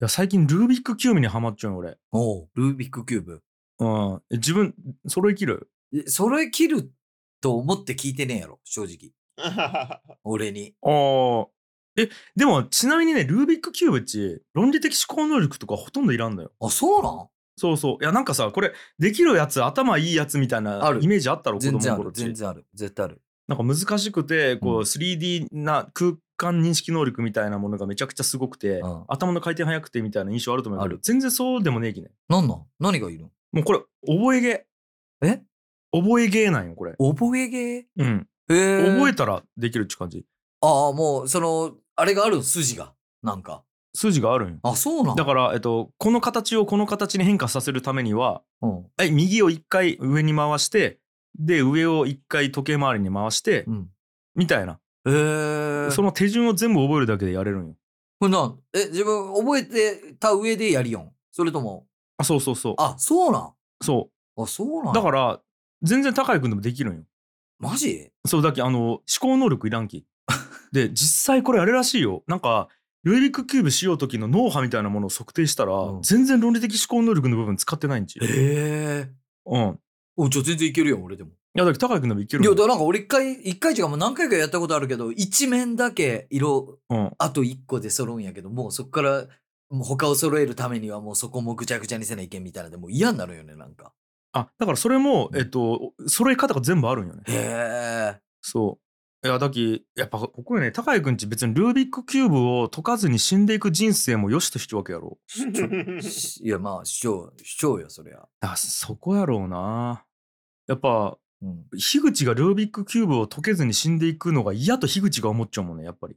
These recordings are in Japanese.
や、最近ルービックキューブにはまっちゃうよ、俺。おうルービックキューブ。うん。え自分、揃い切るえそれ切ると思って聞いてねえやろ、正直。俺に。ああ。え、でも、ちなみにね、ルービックキューブっち、論理的思考能力とかほとんどいらんのよ。あ、そうなんそうそう。いや、なんかさ、これ、できるやつ、頭いいやつみたいなあるイメージあったろ、子全供然のあ頃る。っ全ち。然ある。絶対ある。なんか難しくて、こう、うん 3D な空間認識能力みたいなものがめちゃくちゃすごくて、うん頭の回転速くてみたいな印象あると思うけあどる、全然そうでもねえきね。なんなん何がいるのもうこれ、覚えゲえー。覚えゲーなんよ、これ。覚えゲうん。ーへ覚ええたらできるって感じ。ああ、もう、その、あれがある筋が。なんか。数字があるんよ。あ、そうなんだから、えっと、この形をこの形に変化させるためには、うん。え右を一回上に回して、で、上を一回時計回りに回して、うん。みたいな。へえ。その手順を全部覚えるだけでやれるんよ。これなんえ、自分覚えてた上でやりよん。それとも、あ、そうそうそう。あ、そうなんそあ、そうなん、う。だからら、全然高井君でもできるんよ。マジそう、だけあの、思考能力いらん き。で、実際これあれらしいよ。なんか、ルービックキューブしようときの脳波みたいなものを測定したら、うん全然論理的思考能力の部分使ってないんち。ええうん。いお、じゃあ全然いけるよ、俺でも。や、だけど高井君でもいけるいや、もだんからなんか俺一回、一回違う、もう何回かやったことあるけど、一面だけ色、うん。あと一個で揃うんやけど、もうそこから、もう他を揃えるためにはもうそこもぐちゃぐちゃにせないけんみたいなでもう嫌になるよね、な んか。あ、だからそれも、うんえっと、揃え方が全部あるんよね。へえ。そう。いや、だき、やっぱ、ここよね、高井くんち別にルービックキューブを解かずに死んでいく人生も良しとしてるわけやろ。いや、まあ、主張、主張よ、そりゃ。だからそこやろうな。やっぱ、うん。樋口がルービックキューブを解けずに死んでいくのが嫌と樋口が思っちゃうもんね、やっぱり。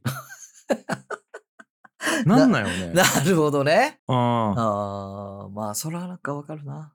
なんだよね。 なるほどね。 あああ、まあ、そらなんかわかるな。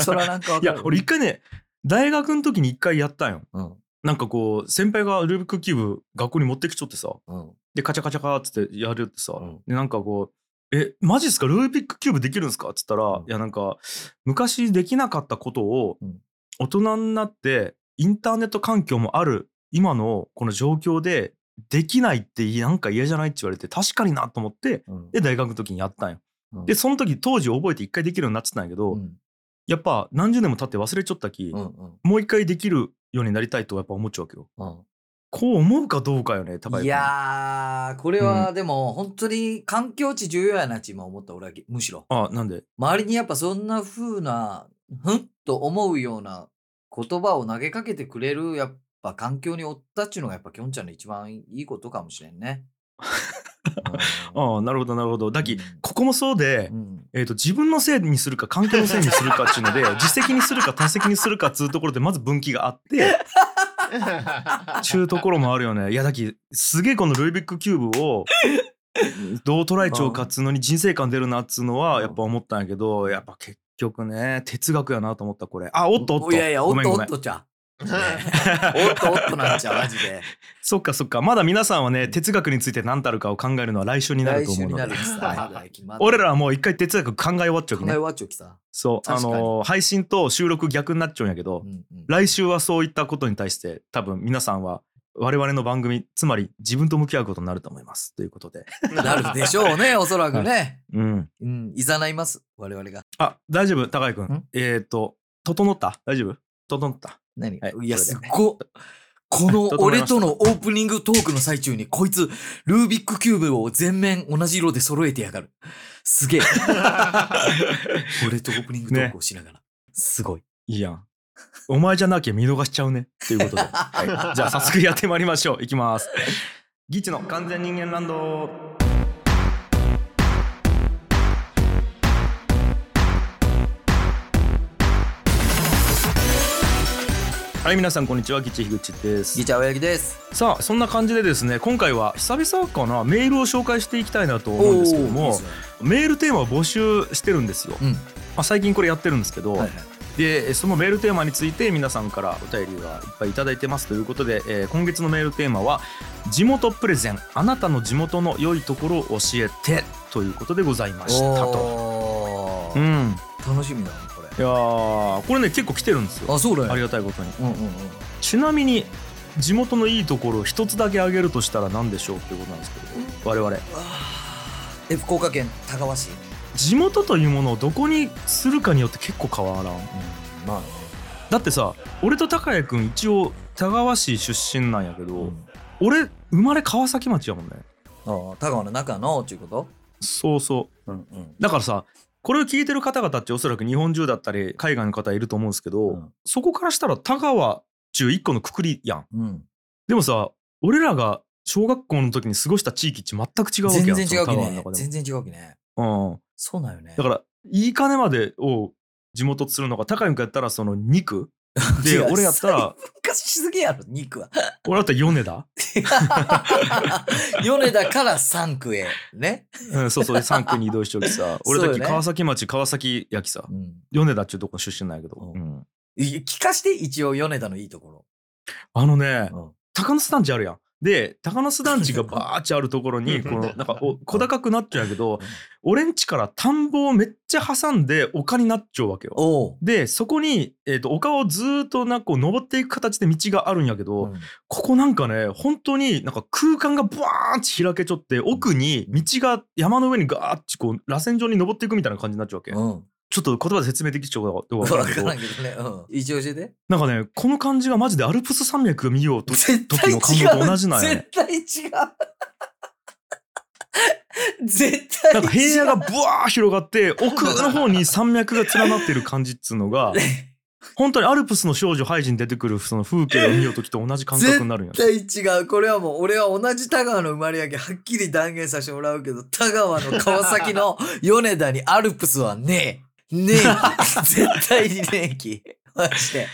そ らなんか わいかる。や、俺一回ね、大学の時に一回やったんよ。うん、なんかこう、先輩がルービックキューブ学校に持ってきちょってさ、うん、で、カチャカチャカーっつってやるってさ、うんで、なんかこう、え、マジっすかルービックキューブできるんですかっつったら、ういんや、なんか、昔できなかったことをうん、大人になって、インターネット環境もある、今のこの状況で、できないってなんか嫌じゃないって言われて、確かになと思って、うん。で、大学の時にやったんよ。うんで、その時、当時覚えて一回できるようになってたんやけど、うん、やっぱ何十年も経って忘れちゃったき、うん、うんもう一回できるようになりたいとやっぱ思っちゃうわけよ。うん。こう思うかどうかよね、高井君。いやー、これはでも本当に環境値重要やなって今思った俺はぎむしろ。あ、なんで周りにやっぱそんな風な、ふんと思うような言葉を投げかけてくれるやっぱ環境におったっちゅうのがやっぱきょんちゃんの一番いいことかもしれん ね。うんああ、なるほど、なるほど。だき、うんここもそうで、うんえー、と自分のせいにするか環境のせいにするかっていうの で自責にするか他責にするかっつうところでまず分岐があ ってちゅうところもあるよねいやだきすげえこのルービックキューブをどう捉えちゃうかっつうのに人生観出るなっつうのはやっぱ思ったんやけどやっぱ結局ね哲学やなと思ったこれあ おっとおっといやいや、おごっめんとおごっめんとちゃ。ねおっとおっとなんちゃ、マジ で。そっかそっかまだ皆さんはね哲学について何たるかを考えるのは来週になる来と週思うにのなでるしさ。俺らはもう一回哲学考え終わっちゃう考きえね終わっちょきさ。そうあ確かにのー配信と収録逆になっちゃうんやけど、うん うん来週はそういったことに対して多分皆さんは我々の番組つまり自分と向き合うことになると思いますということで、なるでしょうね、おそらくね。うん、うん、いざないます、我々が。あ大丈夫高井君んえっ、ー、と整った大丈夫整った何はいいや、そすれっでごっこ の整い俺ましたとのオープニングトークの最中に、こいつ、ルービックキューブを全面同じ色で揃えてやがる。す げえ。俺とオープニングトークをしながら。すごい。いいやんお前じゃなきゃ見逃しちゃうねということで、はい、じゃあ早速やってまいりましょういきますギチの完全人間ランドはい皆さんこんにちはギチ樋口ですギチャ親木です。さあそんな感じでですね今回は久々かなメールを紹介していきたいなと思うんですけどいいもですねメールテーマを募集してるんですよ、うん。まあ、最近これやってるんですけど、はいはいでそのメールテーマについて皆さんからお便りがいっぱいいただいてますということで、えー今月のメールテーマは「地元プレゼンあなたの地元の良いところを教えて」ということでございましたと。おうーん、楽しみだな、これ。いやーこれね結構来てるんですよあ、そうだありよ。がたいことにうんうんうん。ちなみに地元のいいところを一つだけ挙げるとしたら何でしょうっていうことなんですけど我々あえ福岡県田川市、地元というものをどこにするかによって結構変わらんまあね、だってさ俺と高谷君一応田川市出身なんやけど、うん俺生まれ川崎町やもんねああ田川の中のっていうことそうそううんうんだからさこれを聞いてる方々っておそらく日本中だったり海外の方いると思うんですけど、うんそこからしたら田川中一個のくくりやんうん、でもさ俺らが小学校の時に過ごした地域って全く違うわけ全やん然違そうきの田川のね中で全然違うきねも、うん、そうなんよねだからいい金までを地元とするのが高谷君やったらその 肉違でう俺やったら昔しすぎやろ 肉は俺だったら米田、米田から三区へね、うん、そうそうで3区に移動しときさ俺だ そっうけよね川崎町川崎焼きさうん、米田っちゅうとこ出身なんやけど、ううんい聞かして一応米田のいいとこあのね、ろ、鷹の巣団地あるやん。で鷹の巣団 地がバーッチあるところにこのなんかお小高くなっちゃうけどうん俺んちから田んぼをめっちゃ挟んで丘になっちゃうわけよ。おうでそこに、えー、と丘をずーっとなんかこう登っていく形で道があるんやけど、うんここなんかね本当になんか空間がバーンって開けちょって奥に道が山の上にガーッてこう螺旋状に登っていくみたいな感じになっちゃうわけ、うんちょっと言葉で説明できちゃうかどうかわわかんないけどからんけどね。うん。一応教えて。なんかねこの感じがマジでアルプス山脈が見ようと絶対時の感動違う。と同じなんやね絶対違う。絶な対んか平 野がブワー広がって奥の方に山脈が連なってる感じっつうの が本当にアルプスの少女ハイジに出てくるその風景を見ようときと同じ感覚になるんやね 絶対違う。これはもう俺は同じ田川の生まれやけはっきり断言させてもらうけど、田川の川崎の 米田にアルプスはねえ。 ねえき。絶対にねえき。マジで。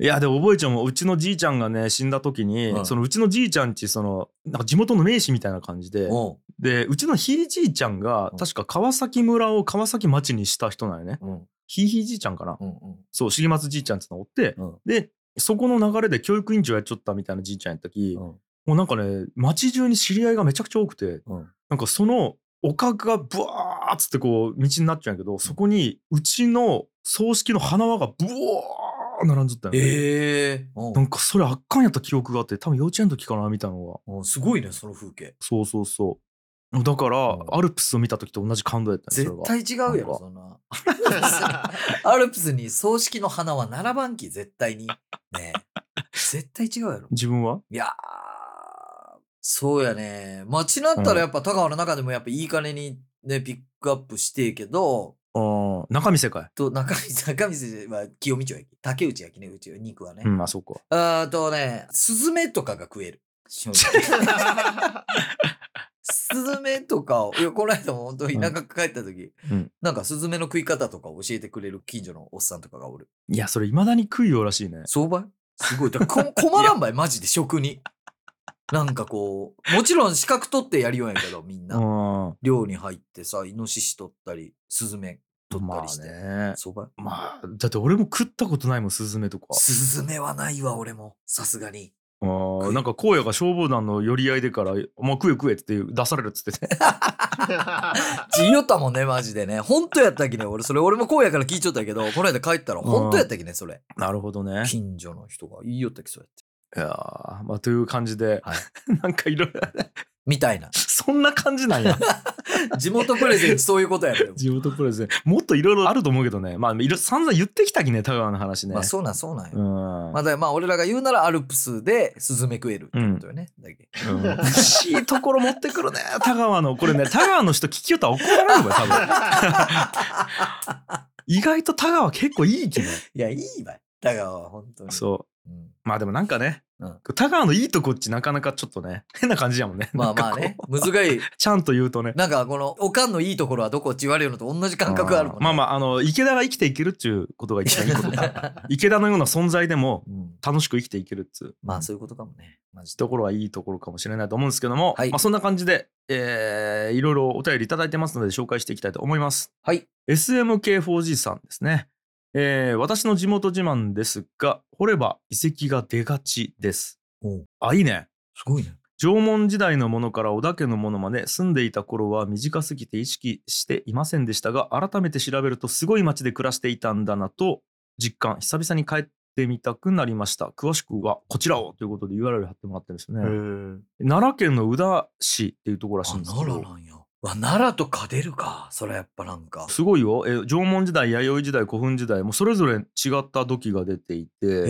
いやでも覚えちゃうもんうちのじいちゃんがね死んだ時に、うんそのうちのじいちゃんちそのなんか地元の名士みたいな感じでおでうちのひいじいちゃんがうん確か川崎村を川崎町にした人なんよねうん。うん。ひいひいじいちゃんかなうん。そう重松じいちゃんってのがおってうん。でそこの流れで教育委員長やっちゃったみたいなじいちゃんやったき、うん。もうなんかね町中に知り合いがめちゃくちゃ多くてうん。なんかその丘がブワーッつってこう道になっちゃうんやけどそこにうちの葬式の花輪がブワー並んじゃったよ、ねええおなんかそれ圧巻やった記憶があって多分幼稚園の時かなみたいなのがおすごいね、その風景。そうそうそうだから、うんアルプスを見た時と同じ感動やったねそれ絶が対違うやろ、そんな。アルプスに葬式の花は並ばんき、絶対に。ねえ絶対違うやろ。自分はいやー、そうやね。街なったらやっぱ田川の中でもやっぱいい金にね、ピックアップしてえけど、あー中身世界と中見世、 中見世は清見町焼き。竹内焼きね、うちは肉はね。うんあそうかあーとね、スズメとかが食える。正直スズメとかを、いや、この間も本当に田舎帰った時、うんなんかスズメの食い方とか教えてくれる近所のおっさんとかがおる。いやそれいまだに食いようらしいね相場すごい。だ からこ困らんばい、マジで食に。なんかこう、もちろん資格取ってやりようやけど、みんうな。ん漁に入ってさ、イノシシ取ったり、スズメ取ったまりしあて。ね相場まあだって俺も食ったことないもんスズメとかスズメはないわ、俺も。さすがに。あ食ーいなんか荒野が消防団の寄り合いでから「もう食え食え」って出されるっつってね言いよったもんね、マジでね。本当やったきね、俺、それ、俺も荒野から聞いちょったけど、この間帰ったら、うん本当やったきね、それ。 なるほどね近所の人が言いよったき、そうやっいて。やーまあという感じで、はい なんかいろいろ。みたいなそんな感じなん や地元プレゼンツ、そういうことやろ。でも 地元プレゼンもっといろいろあると思うけどねまあいろいろ散々言ってきたきね田川の話ね、まあ、そうなん、そうなんよ。うんまあ、だからまあ俺らが言うならアルプスでスズメ食えるってことよね。だけうん惜しいところ持ってくるね 田川のこれね田川の人聞きよったら怒られるわ多分 意外と田川結構いいきねいや、いいわ。だから本当に。そううんまあでもなんかね、うん田川のいいとこっちなかなかちょっとね 変な感じやもんねまあまあ なんかねこ、難しい。 うちゃんと言うとねなんかこの、おかんのいいところはどこって言われるのと同じ感覚あるもんね。まあまああの池田が生きていけるっちゅうことが一番いい ことか池田のような存在でもうん楽しく生きていけるっつうまあそういうことかもね。マジで。ところはいいところかもしれないと思うんですけども、はいまあ、そんな感じで、えーいろいろお便りいただいてますので紹介していきたいと思いますはい。 SMK4G さんですね、えー私の地元自慢ですが掘れば遺跡が出がちですおうあいいねすごいね。縄文時代のものから織田家のものまで住んでいた頃は短すぎて意識していませんでしたが改めて調べるとすごい町で暮らしていたんだなと実感久々に帰ってみたくなりました詳しくはこちらをということで URL 貼ってもらってるんですよね、奈良県の宇田市っていうところらしいんですけあ、どならなんや。わ奈良とか出るかそれやっぱなんかすごいよえ縄文時代弥生時代古墳時代もそれぞれ違った土器が出ていてへ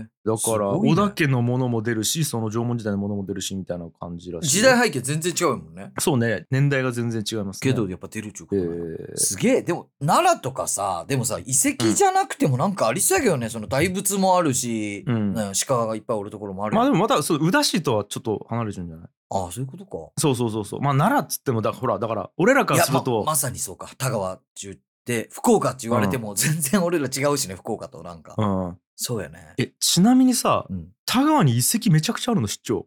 えだすからごいね織田家のものも出るしその縄文時代のものも出るしみたいな感じらしい時代背景全然違うもんねそうね年代が全然違いますねけどやっぱ出るっちゅうこえとなんやーすげえでも奈良とかさでもさ遺跡じゃなくてもなんかありそうやけどね、その大仏もあるし、うんね鹿がいっぱいおるところもあるまあでももまたそう宇田市とはちょっと離れてるんじゃないああそういうことかそうそうそうそうまあ奈良っつってもだほらだから俺らかいらやするまとまさにそうか田川って言って福岡って言われても全然俺ら違うしね福岡となんか、うんそうやねえちなみにさうん田川に遺跡めちゃくちゃあるの出張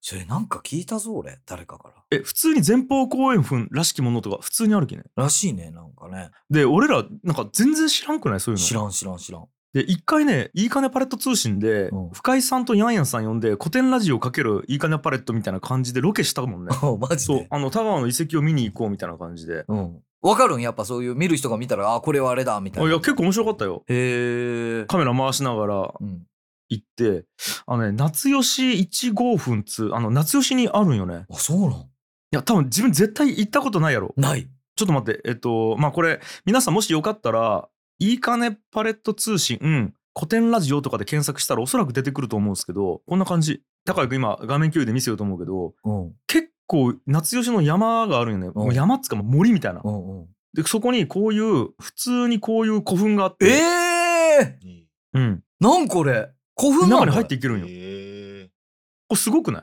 それなんか聞いたぞ俺誰かからえ普通に前方後円墳らしきものとか普通にあるきねらしいねなんかねで俺らなんか全然知らんくないそういうの知らん知らん知ら んで一回ねいいかねパレット通信で、うん深井さんとヤンヤンさん呼んで古典ラジオかけるいいかねパレットみたいな感じでロケしたも んねマジそうであの田川の遺跡を見に行こうみたいな感じでうんわかるんやっぱそういう見る人が見たらあこれはあれだみあたいいなや結構面白かったよへえカメラ回しながらうん行ってあのね夏吉1号墳つあの夏吉にあるんよねあそうなんいや多分自分絶対行ったことないやろないちょっと待ってえっとまあこれ皆さんもしよかったら「いいかねパレット通信」うん古典ラジオとかで検索したらおそらく出てくると思うんですけどこんな感じ高井君今画面共有で見せようと思うけどうん結構夏吉の山があるんよね、もう山っつうかもう森みたいな、うんうんでそこにこういう普通にこういう古墳があってええうん、なんこれ古で墳な中のに入っこてれいけるんよ、こえれすごくない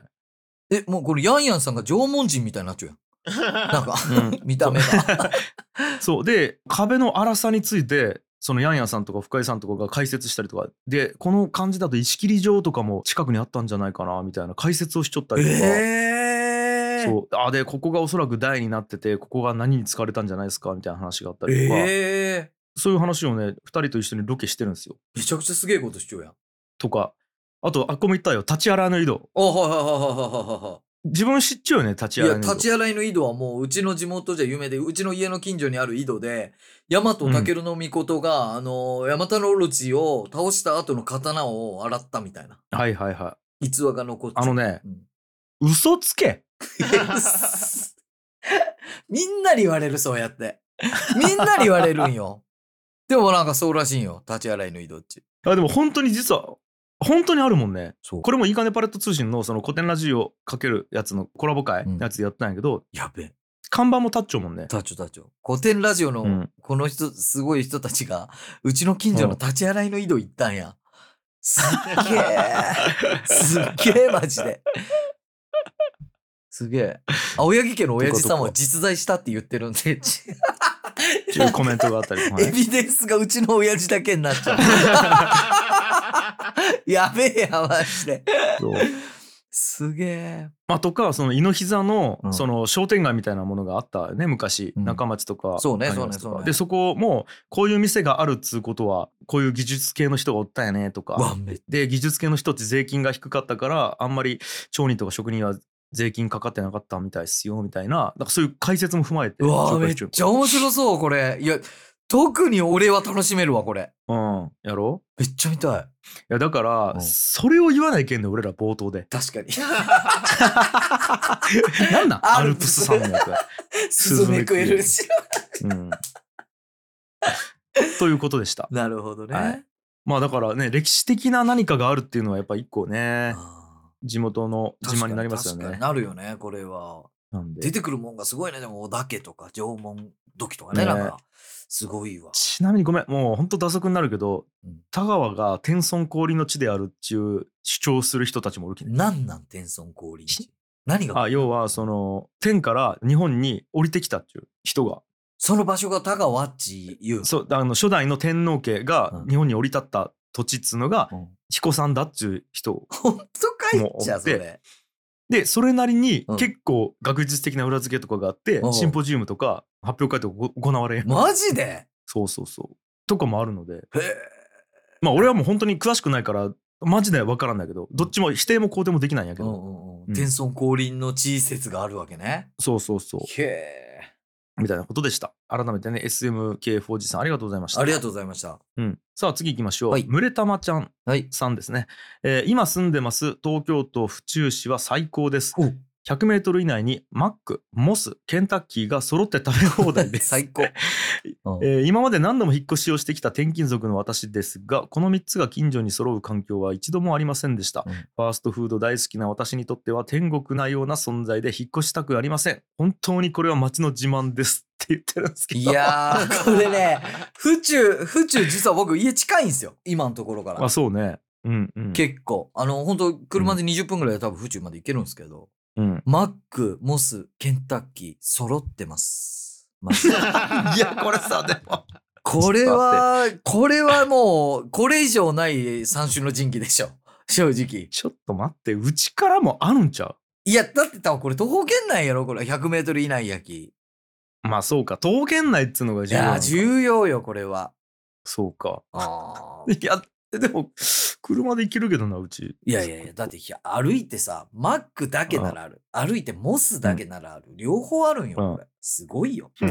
えもうこれヤンヤンさんが縄文人みたいになっちゃうやんな んか、う見た目がそうで壁の粗さについてそのヤンヤンさんとか深井さんとかが解説したりとかでこの感じだと石切り場とかも近くにあったんじゃないかなみたいな解説をしちょったりとか、ええそうあでここがおそらく台になっててここが何に使われたんじゃないですかみたいな話があったりとか、えそういう話をね2人と一緒にロケしてるんですよめちゃくちゃすげえことしちゃうやんあとかあとあっこも言ったよ立ち洗いの井戸はいはいはいはいはいはいはい自分知っちゃうよね立いち洗いや、の井戸立ち洗いの井戸はもう、うちの地元じゃ有名で、うちの家の近所にある井戸で、大和武尊の御事が、あの、ヤマタノオロチを倒した後の刀を洗ったみたいなはいはいはい逸話が残ってあのねうん 嘘つけみんなに言われる、そうやって。みんなに言われるんよ。でもなんかそうらしいんよ、立ち洗いの井戸っち。あでも本当に実は本当にあるもんねそうこれもいいかねパレット通信のその古典ラジオかけるやつのコラボ会うんのやつやったんやけど、やべえ。看板も立っちゃうもんね。ダチョダチョ。古典ラジオうのんこの人、すごい人たちが、うちの近所の立ち洗いの井戸行ったんや。すっげえ。 すっげえ、マジで。すげえ。青柳家の親父さんは実在したって言ってるんで、っちていうコメントがあったりとか エね。ビデンスがうちの親父だけになっちゃう。 やべえや、マジで。そうすげえ。まあ、とかその井の膝のうんその商店街みたいなものがあったよね昔、うん中町とかそうね谷町とかそうねそうねでそこもこういう店があるっつうことはこういう技術系の人がおったんやねとわかめで技術系の人って税金が低かったからあんまり町人とか職人は税金かかってなかったみたいっすよみたいななんかそういう解説も踏まえてうわ紹め介っしちようゃ面白そう、これ。いや、特に俺は楽しめるわ、これ。うんやろうめっちゃ見たいい。やだから、うんそれを言わないけんね俺ら冒頭 で確かに。なんなんアアルルププスス山脈、スズメ食えるし。うん、 ということでしたなるほどね。はいまあだからね歴史的な何かがあるっていうのはやっぱ一個ねあ地元の ー自慢になりますよ確かに確かねになるよね、これ は。なん出でてくるもんがすごいね。でも、おだけとか、縄文土器とかね、ねなんか、すごいわ。ちなみにごめんもうほんと打足になるけど、うん田川が天孫氷の地であるっていう主張する人たちもおるきねなんなん、天孫降臨地。何があ要はその天から日本に降りてきたっていう人がその場所が田川っち言う。そうあの初代の天皇家がうん日本に降り立った土地っつうのが うん彦さんだっちゅう人本当かいっちゃ、もうそれ。でそれなりにうん結構学術的な裏付けとかがあって、うんシンポジウムとか発表会とか行われる、マジでそうそうそうとかもあるのでへえ。まあ俺はもう本当に詳しくないからマジで分からんだけどどっちも否定も肯定も できないんやけうんど、うんう。うんん天孫降臨の地説があるわけね。そうそうそうへえ。みたいなことでした改めてね SMK4G さんありがとうございましたありがとうございました。うん、さあ次行きましょう、はいむれたまちゃんはい。さんですね、えー今住んでます東京都府中市は最高ですお 100m 以内にマックモスケンタッキーが揃って食べ放題です 最高。うんえー今まで何度も引っ越しをしてきた転勤族の私ですがこの3つが近所に揃う環境は一度もありませんでした、うんファーストフード大好きな私にとっては天国なような存在で引っ越したくありません本当にこれは町の自慢ですって言ってるんですけどいや ー、これね、府中、府中実は僕家近いんですよ。今のところからあ。そうねうんうん結構。あの、本当車で20分ぐらいで多分府中まで行けるんですけど、うん マック、モス、ケンタッキー、揃ってます。マジで いやこれさでもこれは、これはもう、これ以上ない三種の神器でしょ。正直。ちょっと待ってうちからもあるんちゃいや、だって多分これ徒歩圏内やろ、これ。100メートル以内やき。うまあそうか東圏内っつうのがい重要なやのー、か重要よ、これは。そうかあーいやでも車で行けるけどなうちいやいやいや、だってひゃ歩いてさ、マックだけならある。歩いてモスだけならある。両方あるんよ、うんこれ。すごいよ。うん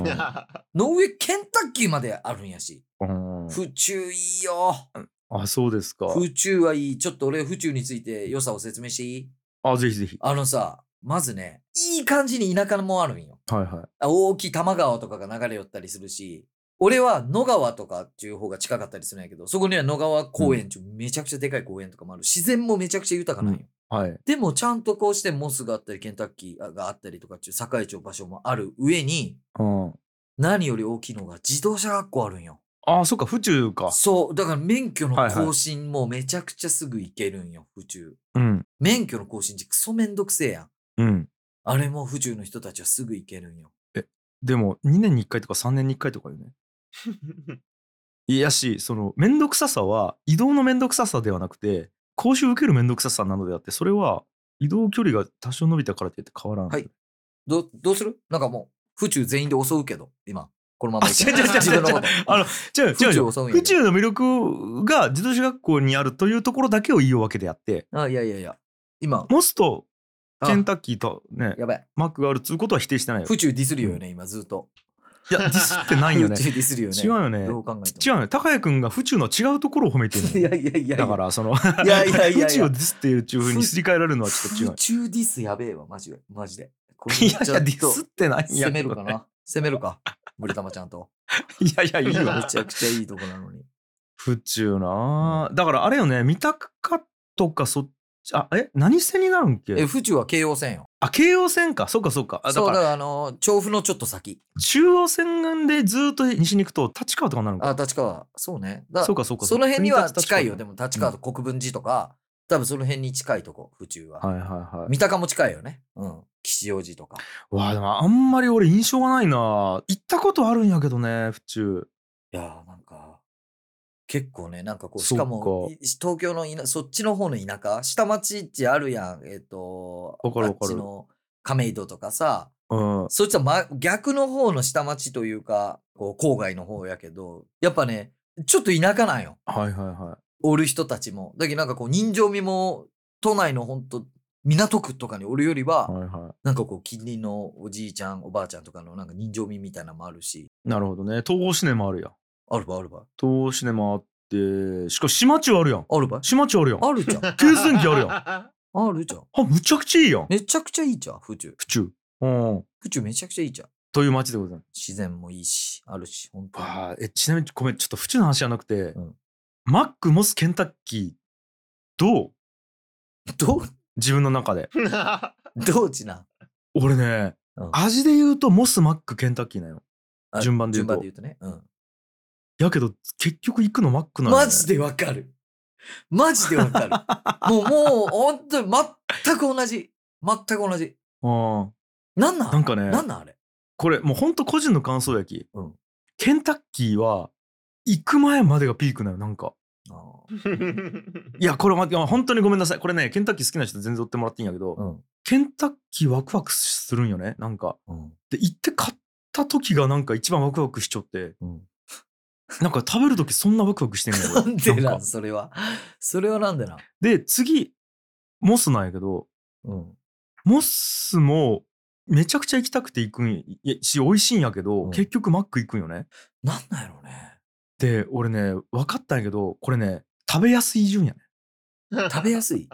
の上、ケンタッキーまであるんやし。うん府中いいよ。あそうですか府中はいい。ちょっと俺、府中について良さを説明していいあぜひぜひあのさ、まずね、いい感じに田舎もあるんよ。はいはいあ大きい多摩川とかが流れ寄ったりするし、俺は野川とかっていう方が近かったりするんやけど、そこには野川公園、ちょめちゃくちゃでかい公園とかもある。自然もめちゃくちゃ豊かなんよ。はい。でもちゃんとこうしてモスがあったりケンタッキーがあったりとかっていう栄町場所もある上にうん。何より大きいのが自動車学校あるんよ。ああ、そっか、府中か。そうだから免許のはいはい更新もめちゃくちゃすぐ行けるんよ府中。うん。免許の更新ってクソめんどくせえやん。うん。あれも府中の人たちはすぐ行けるんよ。でも、2年に1回とか3年に1回とかよね。いやし、その、めんどくささは、移動のめんどくささではなくて、講習受けるめんどくささなのであって、それは、移動距離が多少伸びたからといって変わらん。はいどどうするなんかもう府中全員で襲うけど今このまま行けあ違う違う違う自分のこと。あの、違う府違う違中う。襲うんや府中の魅力が自動車学校にあるというところだけを言うわけであって、あいやいやいや今モスとあケンタッキーとね、やばいマックがあるっつうことは否定してないよ。府中ディスるよね今ずっと。いや、ディスってないよ府 ね。中ディスるよね。違うよねど。う考えて違うよね。高谷君が府中の違うところを褒めてるのよ も。いやいやいやいや。だから そのいやいやいやいや宇宙をディスっているっていうふうにすり替えられるのはちょっと違 宇宙ディスやべえわ、マジで。マジで。これう。いやいちょやっディとスってないんや攻めるかな攻めるか。森玉ちゃんと。いやいやいいめわちゃくちゃいいとこなのに。府中なあだからあれよね三鷹とかそっちあえ何線になるんっえ、け府中は京王線よ。あ京王線かそうかそうかあだそう、かだかららあの、調布のちょっと先。中央線でずーっと西に行くと立川とかになるんあ、か立川。そうね。だそうかそうかその辺には近いよ。国で立も、立川と国分寺とか、多分その辺に近いとこ、府中は。はいはいはい三鷹も近いよね。うん。吉祥寺とか。わあでもあんまり俺印象がないな行ったことあるんやけどね府中いやーなんか、結構ね、なんかこう、そしっかかも、い東京のいなそっちの方の田舎、下町ってあるやん、えっ、と、わかるわあかっるちの亀戸とかさ、うんそっちは、ま、逆の方の下町というか、こう郊外の方やけど、やっぱね、ちょっと田舎なんよ、はいはいはおる人たちも。だけどなんかこう、人情味も、都内のほんと、港区とかにおるよりは、いはいはなんかこう、近隣のおじいちゃん、おばあちゃんとかのなんか人情味みたいなのもあるし、いなるほどね東宝シネマあるやんあるばあるば、東宝シネマあってしかし島町あるやんあるば、島町あるやんああるじゃん、急線機ある やんある じゃん。むちゃくちゃいいやんめちゃくちゃいいじゃん、府中。府中うん府中めちゃくちゃいいじゃん。という町でございます自然もいいし、あるし、本当に。あーえちなみにごめんちょっと府中の話じゃなくて、うんマックモスケンタッキーどうどう、自分の中でどうちなん俺ね、うん味で言うとモスマックケンタッキーなよあ順番で言順うと番で言うとね。うん。やけど結局行くのマックなの、ね、マジでわかる。マジでわ かる。もう、もう、本当に全く同じ。全く同じ。うんなんなんなんかねなんなんあれ。これもうほんと個人の感想やき、うんケンタッキーは行く前までがピークなよなんかあーいやこれま本当にごめんなさいこれねケンタッキー好きな人全然追ってもらっていいんやけど、うん。ケンタッキーワクワクするんよねなんかうん。で行って買った時がなんか一番ワクワクしちゃってうん。なんか食べる時そんなワクワクしてんねん俺なんなでなんんかそれは。それはなんでなんで次モスなんやけどうん。モスもめちゃくちゃ行きたくて行くんいやし美味しいんやけど、うん結局マック行くんよねなんなんやろうね。で俺ね分かったんやけどこれね食べやすい順やね 食べやすい。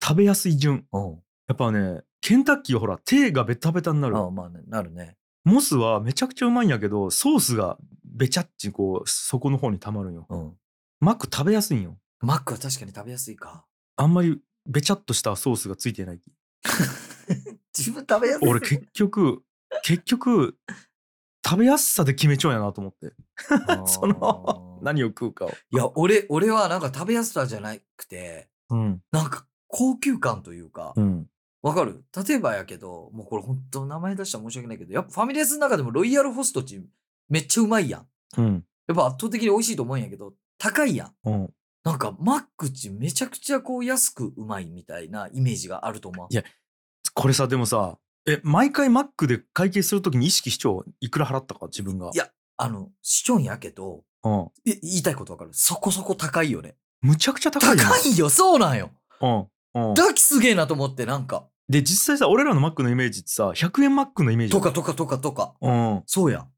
食べやすい順うん。やっぱねケンタッキーはほら手がベタベタになるああまあね、なるね。モスはめちゃくちゃうまいんやけどソースがべちゃっちこう底の方にたまるんようん。マック食べやすいんよマックは確かに食べやすいか。あんまりべちゃっとしたソースがついてない自分食べやすい。俺 結 局結局食べやすさで決めちゃうんやなと思ってその 何何を食うかをいや、俺、俺はなんか食べやすさじゃなくて、うんなんか高級感というかう、んわかる例えばやけど、もうこれ本当名前出したら申し訳ないけど、やっぱファミレスの中でもロイヤルホストチめっちゃうまいやん。うんやっぱ圧倒的に美味しいと思うんやけど、高いやん。うんなんかマックチめちゃくちゃこう安くうまいみたいなイメージがあると思う。いやこれさでもさえ毎回マックで会計するときに意識しちゃういくら払ったか自分がいやあの、市長んやけど、うん、い言いたいことわかるそこそこ高いよね。むちゃくちゃ高高いよねいよ、そうなんよ。うんうん、だきすげえなと思って、なんか。で実際さ俺らのマックのイメージってさ100円マックのイメージとかとかとかとか。うんそうやん。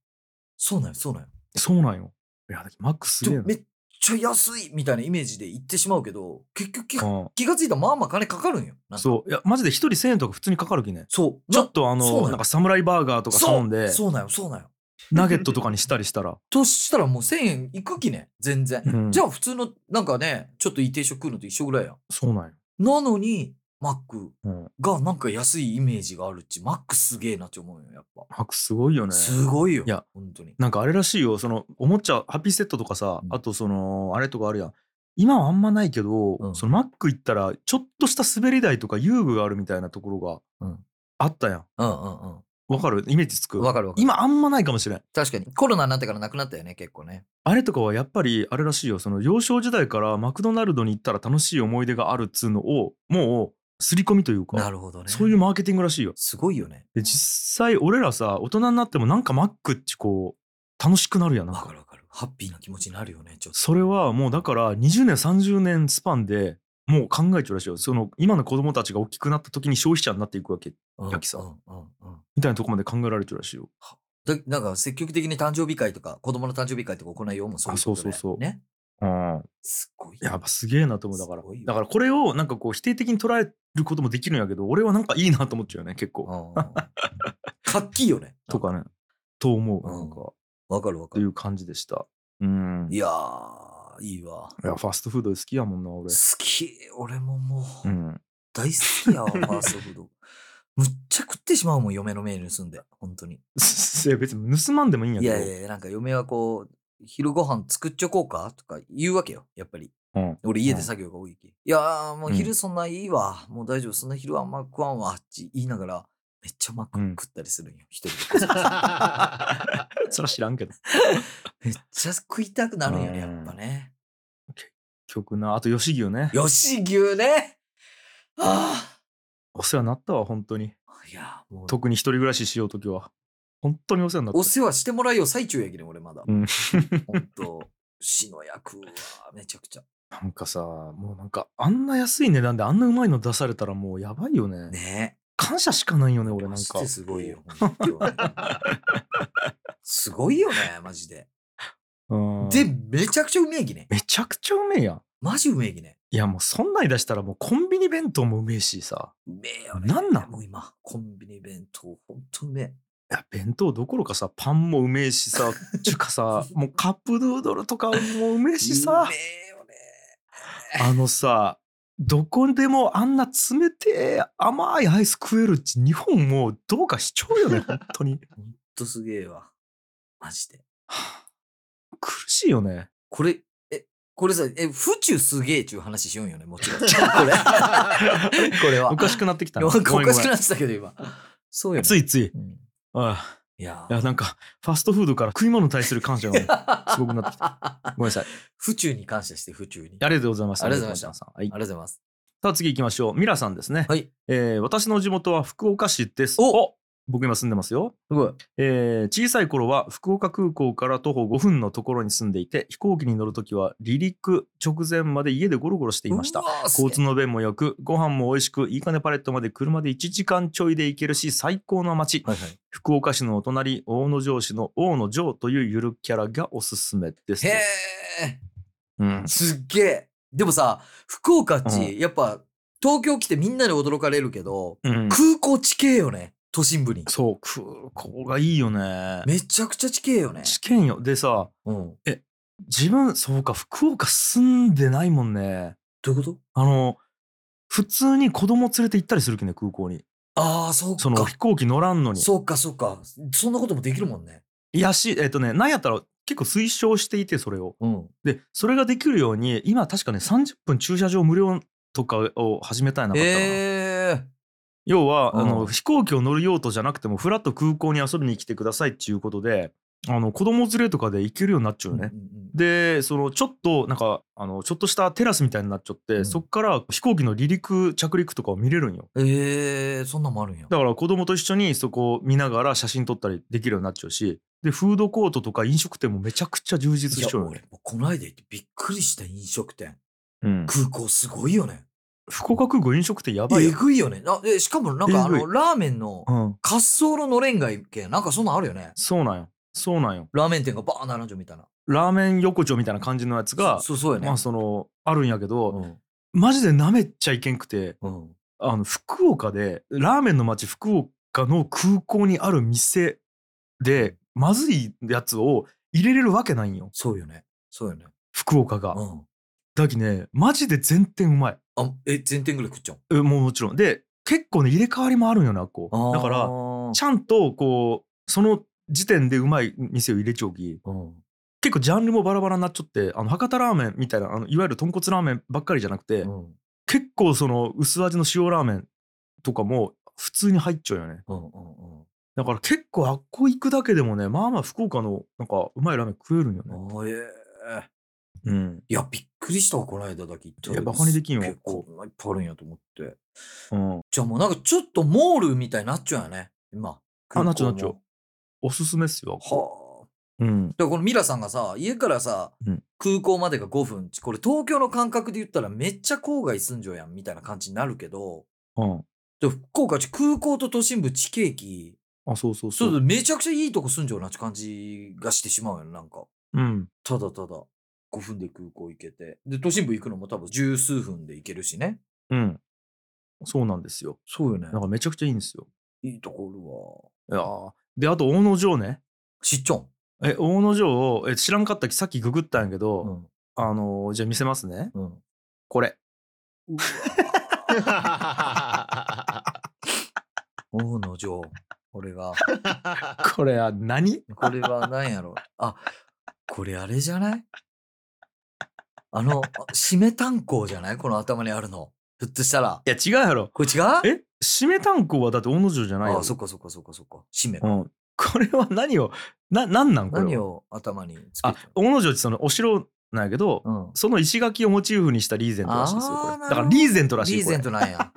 そうなんよ、そうなんよ。そうなんよいやマックすちげえょなめっちゃ安いみたいなイメージで行ってしまうけど、結局気,、うん気がついたらまあまあ金かかるんよ。なんかそういやマジで一人1000円とか普通にかかる気ねそう。ちょっとあそうなののなんかサムライバーガーととか頼んでそうなんよ、そうなんよ。ナゲットとかにしたりしたらとしたらもう1000円いくきね、全然。うんじゃあ普通の、なんかね、ちょっといい定食食うのと一緒ぐらいやん。そうなんよ、なのに、マックうん、マがなんか安いイメージがあるっち、マックすげえなって思うよ、やっぱ。ックすごいよねすごいよ。いや、本当に。なんかあれらしいよそのおもちゃハッピーセットとかさ、うんあとそのあれとかあるやん今はあんまないけど、うんそのマック行ったらちょっとした滑り台とか遊具があるみたいなところがうんあったやんうんうんわかるイメージつうくん。わかるわかる。今あんまないかもしれん確かに。コロナになってからなくなったよね、結構ね。あれとかはやっぱりあれらしいよその幼少時代からマクドナルドに行ったら楽しい思い出があるっつうのをもう刷り込みというかなるほどね。そういうマーケティングらしいよすごいよね。で実際俺らさ大人になってもなんかマックっちこう楽しくなるやんなんわかかるわかる。ハッピーな気持ちになるよね、ちょっと。それはもうだから20年30年スパンでもう考えちゃうらしいよその今の子供たちが大きくなった時に消費者になっていくわけうん、焼きさうんうんうん。みたいなとこまで考えられてるらしいよだなんか積極的に誕生日会とか、子供の誕生日会とか行いようもんそういうことで、ね。あそうそうそうね。うんすごい。やっぱすげえなと思うだからすごいよだからこれをなんかこう否定的に捉えることもできるんやけど俺はなんかいいなと思っちゃうよね結構うんかっきいよね。 とかね。と思う。うんなんか、わかるわとかいる。う感じでした。うん。いいやー、い いわ。や、ファストフード好きやもんな、俺好。き。俺ももう、うん。 大好きやわ、ファーストフード。むっちゃ食ってしまうもん、嫁のメール盗んで。本当に。いや、別に盗まんでもいいんやいけど。やいやいや、なんか嫁はこう、昼ご飯作っちょこうかとか言うわけよ、やっぱり。うん俺家でうん作業が多いき。いやー、もううん昼そんないいわ。もう大丈夫、そんな昼あんま食わんわ。って言いながら、めっちゃマックうん食ったりするんよ、一人で。そら知らんけど。めっちゃ食いたくなるんよね、やうんっぱね。曲な。あと、吉牛ね。吉牛ねあお世話になったわ、本当に。あいやー、もう、特に一人暮らししようときは。本当にお世話になった。お世話してもらいよ、最中やけど、俺まだう。ん ほんと、死の役は、めちゃくちゃ。なんかさ、もうなんか、あんな安い値段であんなうまいの出されたらもうやばいよね。ね感謝しかないよね、俺なんマジかで。すごいよ。本当にすごいよね、マジで。うん。で、めちゃくちゃうめえぎね。めちゃくちゃうめえやん。マジうめえぎね。いや、もうそんなん出したらもうコンビニ弁当もうめえしさ。うめえよね。なんなんもう今、コンビニ弁当、ほんとうめえ。いや弁当どころかさパンもうめえし さちゅうかさもうカップヌードルとかもうめえしうさめえよね。あのさどこでもあんな冷てえ甘いアイス食えるっち日本もうどうかしちゃうよね本当にほんとすげえわ。マジで。はあ苦しいよねこれ、え、これさ、え、府中すげえっちゅう話しようんよね、もち ろん。これ。これは。 おかしくなってきたな なおごめんごかしくめなってたけど、今。そうよんね。ついついうんあいやあいやなんかファストフードから食い物に対する感謝がごー、すごくなってきた。めんなさい 府中に感謝して、府中に。ありがとうございますありがとうございました、はいあ、りがとうございます。さあ次行きましょうミラさんですね、はい。えー私の地元は福岡市ですお僕今住んでますよすごい。えー小さい頃は福岡空港から徒歩5分のところに住んでいて飛行機に乗るときは離陸直前まで家でゴロゴロしていましたうわーすげえ交通の便も良くご飯も美味しくいい金パレットまで車で1時間ちょいで行けるし最高の街はいはい。福岡市のお隣大野城市の大野城というゆるキャラがおすすめですへえ。うんすっげえ。でもさ、福岡っち、うやっぱ、東京来てみんなに驚かれるけど、うん、空港地形よね、都心部に。そう空港がいいよねめちゃくちゃ地形よね。試験よでさうん。自分そうか福岡住んでないもんねどういうことあの普通に子供連れて行ったりするけどね空港にああ、そうか。その飛行機乗らんのにそうか、そうか。そんなこともできるもんね。いやしえっ、とねなんやったら結構推奨していてそれをうん。でそれができるように今確かね30分駐車場無料とかを始めたいなかったかな、ええ要は、うんあの飛行機を乗る用途じゃなくてもフラッと空港に遊びに来てくださいっていうことであの子供連れとかで行けるようになっちゃうよね、うんうんうんでそのちょっとなんかあのちょっとしたテラスみたいになっちゃって、うんそっから飛行機の離陸着陸とかを見れるんよええそんなんもあるんや。だから子供と一緒にそこを見ながら写真撮ったりできるようになっちゃうしでフードコートとか飲食店もめちゃくちゃ充実しちゃうよいねや、俺、この間行ってびっくりした飲食店。うん、空港すごいよね。福岡空港飲食店やばいえよ、ぐいよね。あでしかもなんかあえの、ぐラーメンのうん、滑走路のれんがいけ、なんかそんなんあるよね。そうなんよそうなんよラーメン店がバーン並んじゃうみたいな。ラーメン横丁みたいな感じのやつがそそうそうよね。まあそのあるんやけど、うんマジで舐めちゃいけんくてうん。あの福岡でラーメンの街福岡の空港にある店でまずいやつを入れれるわけないんよそうよね。そうよね。福岡が、うん。だきねマジで全店うまいあ、え、全店ぐらい食っちゃうえもうもちろんで結構ね入れ替わりもあるんよねあっこあーだからちゃんとこうその時点でうまい店を入れちゃうきうん。結構ジャンルもバラバラになっちゃってあの博多ラーメンみたいなあのいわゆる豚骨ラーメンばっかりじゃなくて、うん。結構その薄味の塩ラーメンとかも普通に入っちゃうよねうんうんうん。だから結構あっこ行くだけでもねまあまあ福岡のなんかうまいラーメン食えるんよねあーええうん、いや、びっくりしたわ、この間だけ行ったいやバカにできんよ結構、こんないっぱいあるんやと思って。うん、じゃあもうなんかちょっとモールみたいになっちゃうよね、今。あなっちゃう空港もおすすめっすよあっこはうあ。んだからこのミラさんがさ、家からさ、うん空港までが5分、これ東京の感覚で言ったらめっちゃ郊外住んじゃうやんみたいな感じになるけど、うんで福岡ち空港と都心部地形域、あそうそうそそううだめちゃくちゃいいとこ住んじゃうなって感じがしてしまうよね、なんか。うんただただ5分で空港行けて。で、都心部行くのも多分十数分で行けるしね。うんそうなんですよそうよねなんかめちゃくちゃいいんですよいいとこいやーであと大野城ねあるわ。しっちょん。え大野城をえ知らんかったっけさっきググったんやけど、うん。あのーじゃあ見せますねうん。これうわ大野城。これが。これは何これは何やろう。あ、これあれじゃないあの、あ締め炭鉱じゃないこの頭にあるの。ひょっとしたら。いや違うやろこれ違うえ締め炭鉱はだって大野城じゃないやあろそっかそっかそっかそっか。締め。うん、これは何をな何なんこれは何を頭につけあてる大野城ってそのお城なんやけど、のうん。その石垣をモチーフにしたリーゼントらしいですよこあーれなだるほかどらリーゼントらしリいーこゼンれトなんや。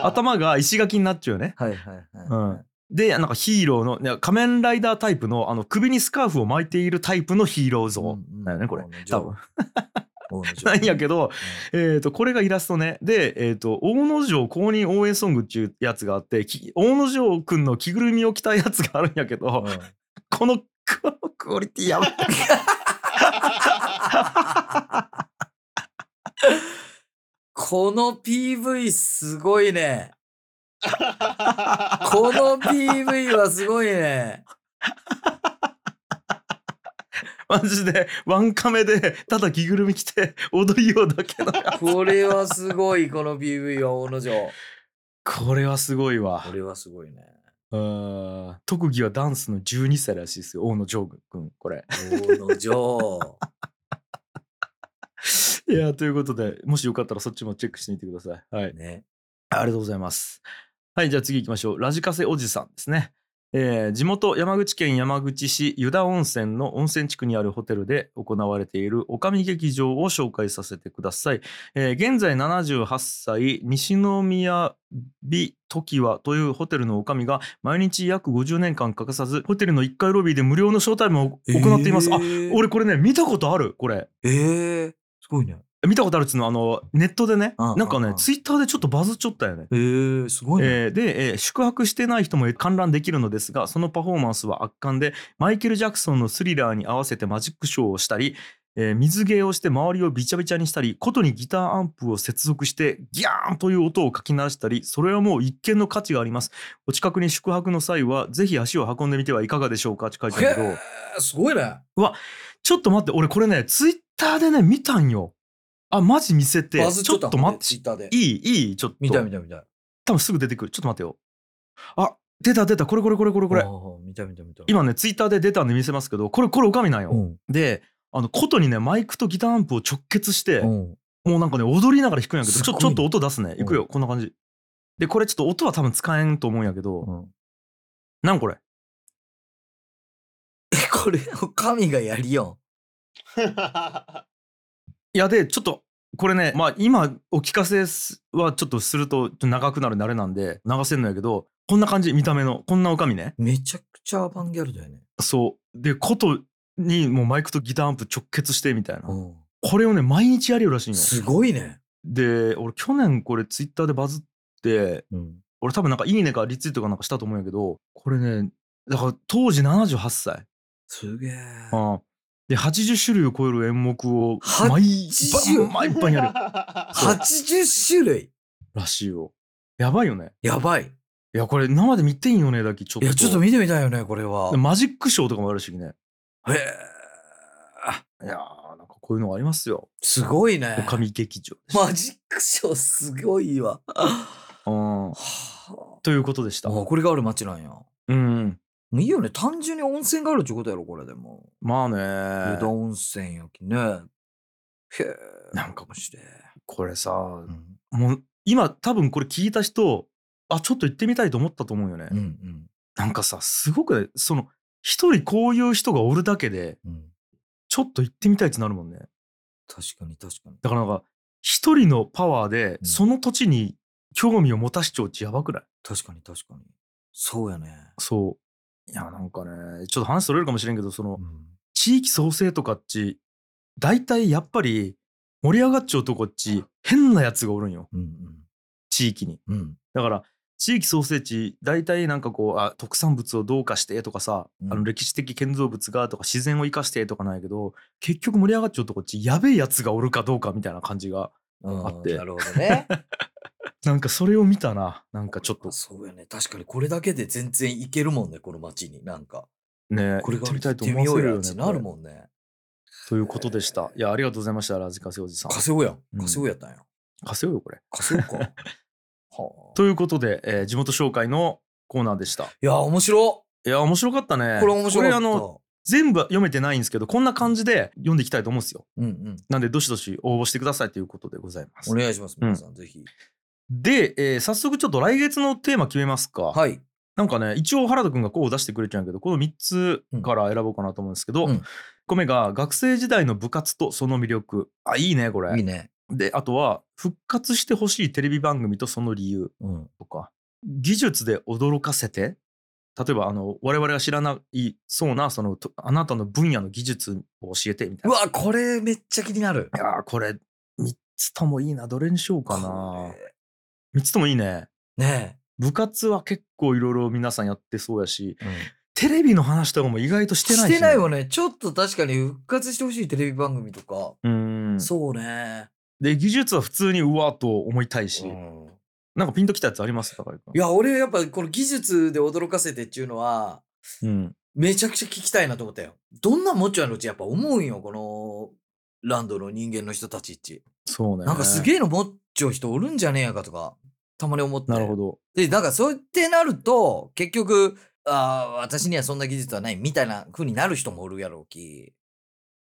頭が石垣になっちゃうよねはいはいはい。 うんでなんかヒーローのいや仮面ライダータイプのあの首にスカーフを巻いているタイプのヒーロー像、だよねこれ多分 ななんやけど、えー、とこれがイラストねで、えー、と大野城公認応援ソングっていうやつがあってき大野城くんの着ぐるみを着たやつがあるんやけど、このこのクオリティやばいこの PV すご いね。この PV はすごいね。マジでワンカメでただ着ぐるみ着て踊りようだけどこれはすごい、この PV は大野城。 これはすごいわこれはすごいね。うん特技はダンスの12歳らしいですよ大野城くんこれ大野 城。いやということでもしよかったらそっちもチェックしてみてくださいはいね。ありがとうございます。はい、じゃあ次行きましょう。ラジカセおじさんですね。えー地元山口県山口市湯田温泉の温泉地区にあるホテルで行われている女将劇場を紹介させてください。えー現在78歳西宮美時はというホテルの女将が毎日約50年間欠かさずホテルの1階ロビーで無料のショータイムを行っています。えあー、俺これね見たことあるこれ。えー、すごいね。見たことあるっつうのはあのネットでねうんうんうんなんかねツイッターでちょっとバズっちゃったよね。えー、すごいね。えーで、えー宿泊してない人も観覧できるのですがそのパフォーマンスは圧巻でマイケル・ジャクソンの「スリラー」に合わせてマジックショーをしたりえー水芸をして周りをびちゃびちゃにしたり琴にギターアンプを接続してギャーンという音をかき鳴らしたりそれはもう一見の価値がありますお近くに宿泊の際はぜひ足を運んでみてはいかがでしょうかって書いてあるけどえーすごいね。ちょっと待って俺これねツイッターでね見たんよあマジ見せてバズちょっちゃとたもん待ねっツてイッターで。いいいいちょっと見た見た見た。多分すぐ出てくるちょっと待ってよあ出た出たこれこれこれこれこれあー見た見た見た。今ねツイッターで出たんで見せますけどこれこれおかみなんよ、うん。であの琴にねマイクとギターアンプを直結して、うん。もうなんかね踊りながら弾くんやけどすちごょいねちょっと音出すねんいくよこんな感じでこれちょっと音は多分使えんと思うんやけど、うんなんこれえ、これ、神がやりよいやでちょっとこれねまあ今お聞かせすはちょっとするとちょっと長くなるんであれなんで流せんのやけどこんな感じ見た目のこんなおかみねん。めちゃくちゃアバンギャルだよね。そうで琴にもうマイクとギターアンプ直結してみたいな、うこれをね毎日やるよらしいんん。よすごいね。で俺去年これツイッターでバズってうん。俺多分なんか「いいね」かリツイートかなんかしたと思うんやけどこれねだから当時78歳、すげうえ。んで80種類を超える演目を毎80晩毎晩やる80種類らしいよやばいよねやばいい。やこれ生で見ていいよねだけちょっといや、ちょっと見てみたいよね、これは。でマジックショーとかもあるしねへえ。いやーなんかこういうのがありますよすごいね。女将劇場でしマジックショーすごいわ。はたうんあということでしたあこれがある街なんや。もうんういいよね。単純に温泉があるってことやろ、これでも。まあ湯ね田温泉やきね。へえ。なんかもして。これさうん。もう今多分これ聞いた人あちょっと行ってみたいと思ったと思うよね、うんうんなんかさすごくその一人こういう人がおるだけでうん。ちょっと行ってみたいってなるもんね確かに確かに。だからなんか一人のパワーでうんその土地に興味を持たしちゃうってやばくない確かに確かに。そうやね。そういやなんかねちょっと話それるかもしれんけどそのうん地域創生とかっち大体やっぱり盛り上がっちゃうとこっち変なやつがおるんようん地域にうん。うん。だから地域創生地大体なんかこうあ特産物をどうかしてとかさ、うんあの歴史的建造物がとか自然を生かしてとかないけど結局盛り上がっちゃうとこっちやべえやつがおるかどうかみたいな感じがうんあってなるほど ね。なんかそれを見たななんかちょっとそうやね。確かにこれだけで全然いけるもんね、この街に。なんか。ねこれがある行行っっててみたみいと思わせようるやよってねなるこもんね。れということでしたいやありがとうございましたラジカセおじさん稼ごうやん。うん稼ごうやったんや。稼ごうよこれ稼 ごうか。はあ、ということで、えー地元紹介のコーナーでしたいや、面白いや面白かったねいこれ面白かった。あの全部は読めてないんですけどこんな感じで読んでいきたいと思うんですようんうん。なんでどしどし応募してくださいということでございますお願いします、皆さん、ぜひ。で、えー早速ちょっと来月のテーマ決めますか、はい。なんかね一応原田くんが候補出してくれてるんやけどこの3つから選ぼうかなと思うんですけど、うんうん1個目が学生時代の部活とその魅力あいいねこれいいね。であとは復活してほしいテレビ番組とその理由うん。とか技術で驚かせて例えばあの我々が知らないそうなそのとあなたの分野の技術を教えてみたういなわ、これめっちゃ気になる。いやーこれ3つともいいなどれにしようかなこ3つともいいねれね部活は結構いろいろ皆さんやってそうやしえ。うんテレビの話とかも意外としてないし、してないよね。ちょっと確かに復活してほしいテレビ番組とか。うんそうね。で技術は普通にうわーと思いたいし、うんなんかピンときたやつあります高井君いや、俺やっぱこの技術で驚かせてっていうのは、うんめちゃくちゃ聞きたいなと思ったよ。どんなもんちゃのうちやっぱ思うんよ、このランドの人間の人たちって。そうねなんかすえげえのもっちょ人おるんじゃねえやかとか、たまに思って。なるほどで、なんかそうやってなると、結局、ああ、私にはそんな技術はないみたいな風になる人もおるやろうき、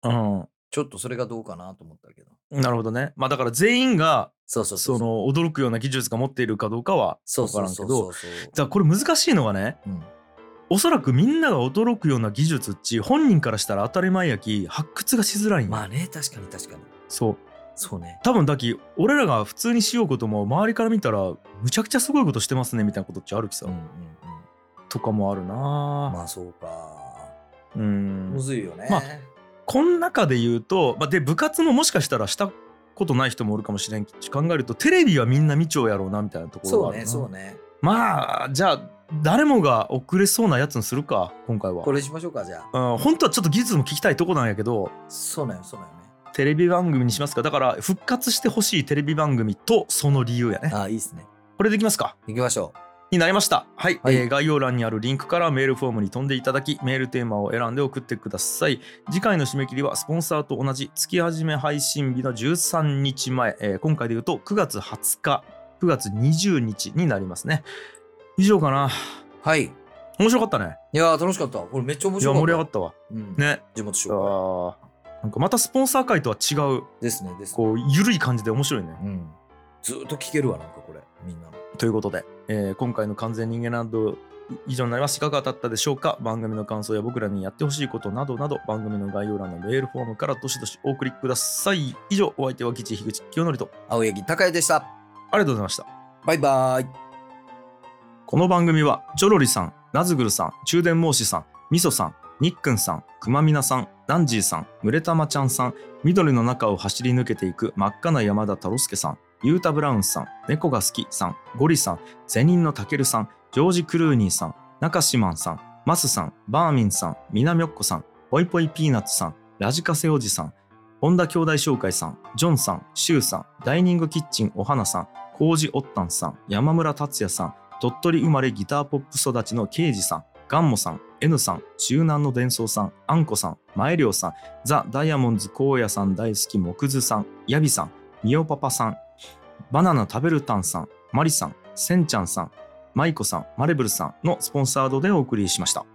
うんちょっとそれがどうかなと思ったけど。なるほどねまあだから全員がそうそうそ。そうの驚くような技術が持っているかどうかは分そうかそうらんけそうどそうそう。だからこれ難しいのがねうんおそらくみんなが驚くような技術っち本人からしたら当たり前やき発掘がしづらいんや、まあね、確かに確かに。そうそうね。多分だき俺らが普通にしようことも周りから見たらむちゃくちゃすごいことしてますねみたいなことっちあるきさ、うんうんうん。とかもあるな、まあそうか。うんむずいよね。まあこの中で言うと、まあ、で部活ももしかしたらしたことない人もおるかもしれんし考えるとテレビはみんな見ちゃうやろうなみたいなところがそあうるなね、そうね。まあじゃあ誰もが遅れそうなやつにするか今回はこれしましょうかじゃあうん本当はちょっと技術も聞きたいとこなんやけどそうなんよそうなんよねテレビ番組にしますかだから復活してほしいテレビ番組とその理由やねああいいですねこれでいきますか行きましょになりましたはい、はいえー概要欄にあるリンクからメールフォームに飛んでいただきメールテーマを選んで送ってください次回の締め切りはスポンサーと同じ月始め配信日の13日前、えー今回で言うと9月20日9月20日になりますね以上かなうはいい面白かったねやー楽しかったこれめっちゃ面いや白かった盛り上がったわうんね地元紹あーなんかまたスポンサー会とは違う介ですねですねこう緩い感じで面白いねうんずーっと聞けるわなんかこれみんなのということで、えー今回の完全人間ランド以上になります。いかがだったでしょうか番組の感想や僕らにやってほしいことなどなど番組の概要欄のメールフォームからどしどしお送りください。以上、お相手は吉樋口清則と青柳高也でしたありがとうございました。バイバーイこの番組はジョロリさん、ナズグルさん、中電毛師さん、ミソさん、ニックンさん、クマミナさん、ダンジーさん、ムレタマちゃんさん、緑の中を走り抜けていく真っ赤な山田太郎介さん、ユータ・ブラウンさん、猫が好きさん、ゴリさん、ゼニンのたけるさん、ジョージ・クルーニーさん、中シマンさん、マスさん、バーミンさん、ミナミョッコさん、ポイポイピーナッツさん、ラジカセおじさん、本田兄弟紹介さん、ジョンさん、シュウさん、ダイニングキッチンお花さん、コウジ・オッタンさん、山村達也さん、鳥取生まれギターポップ育ちのケイジさん、ガンモさん、N さん、中南の伝送さん、あんこさん、前涼さん、ザ・ダイヤモンズ高野さん大好き木津さん、ヤビさん、ミオパパさん、バナナ食べるタンさん、マリさん、センちゃんさん、マイコさん、マレブルさんのスポンサードでお送りしました。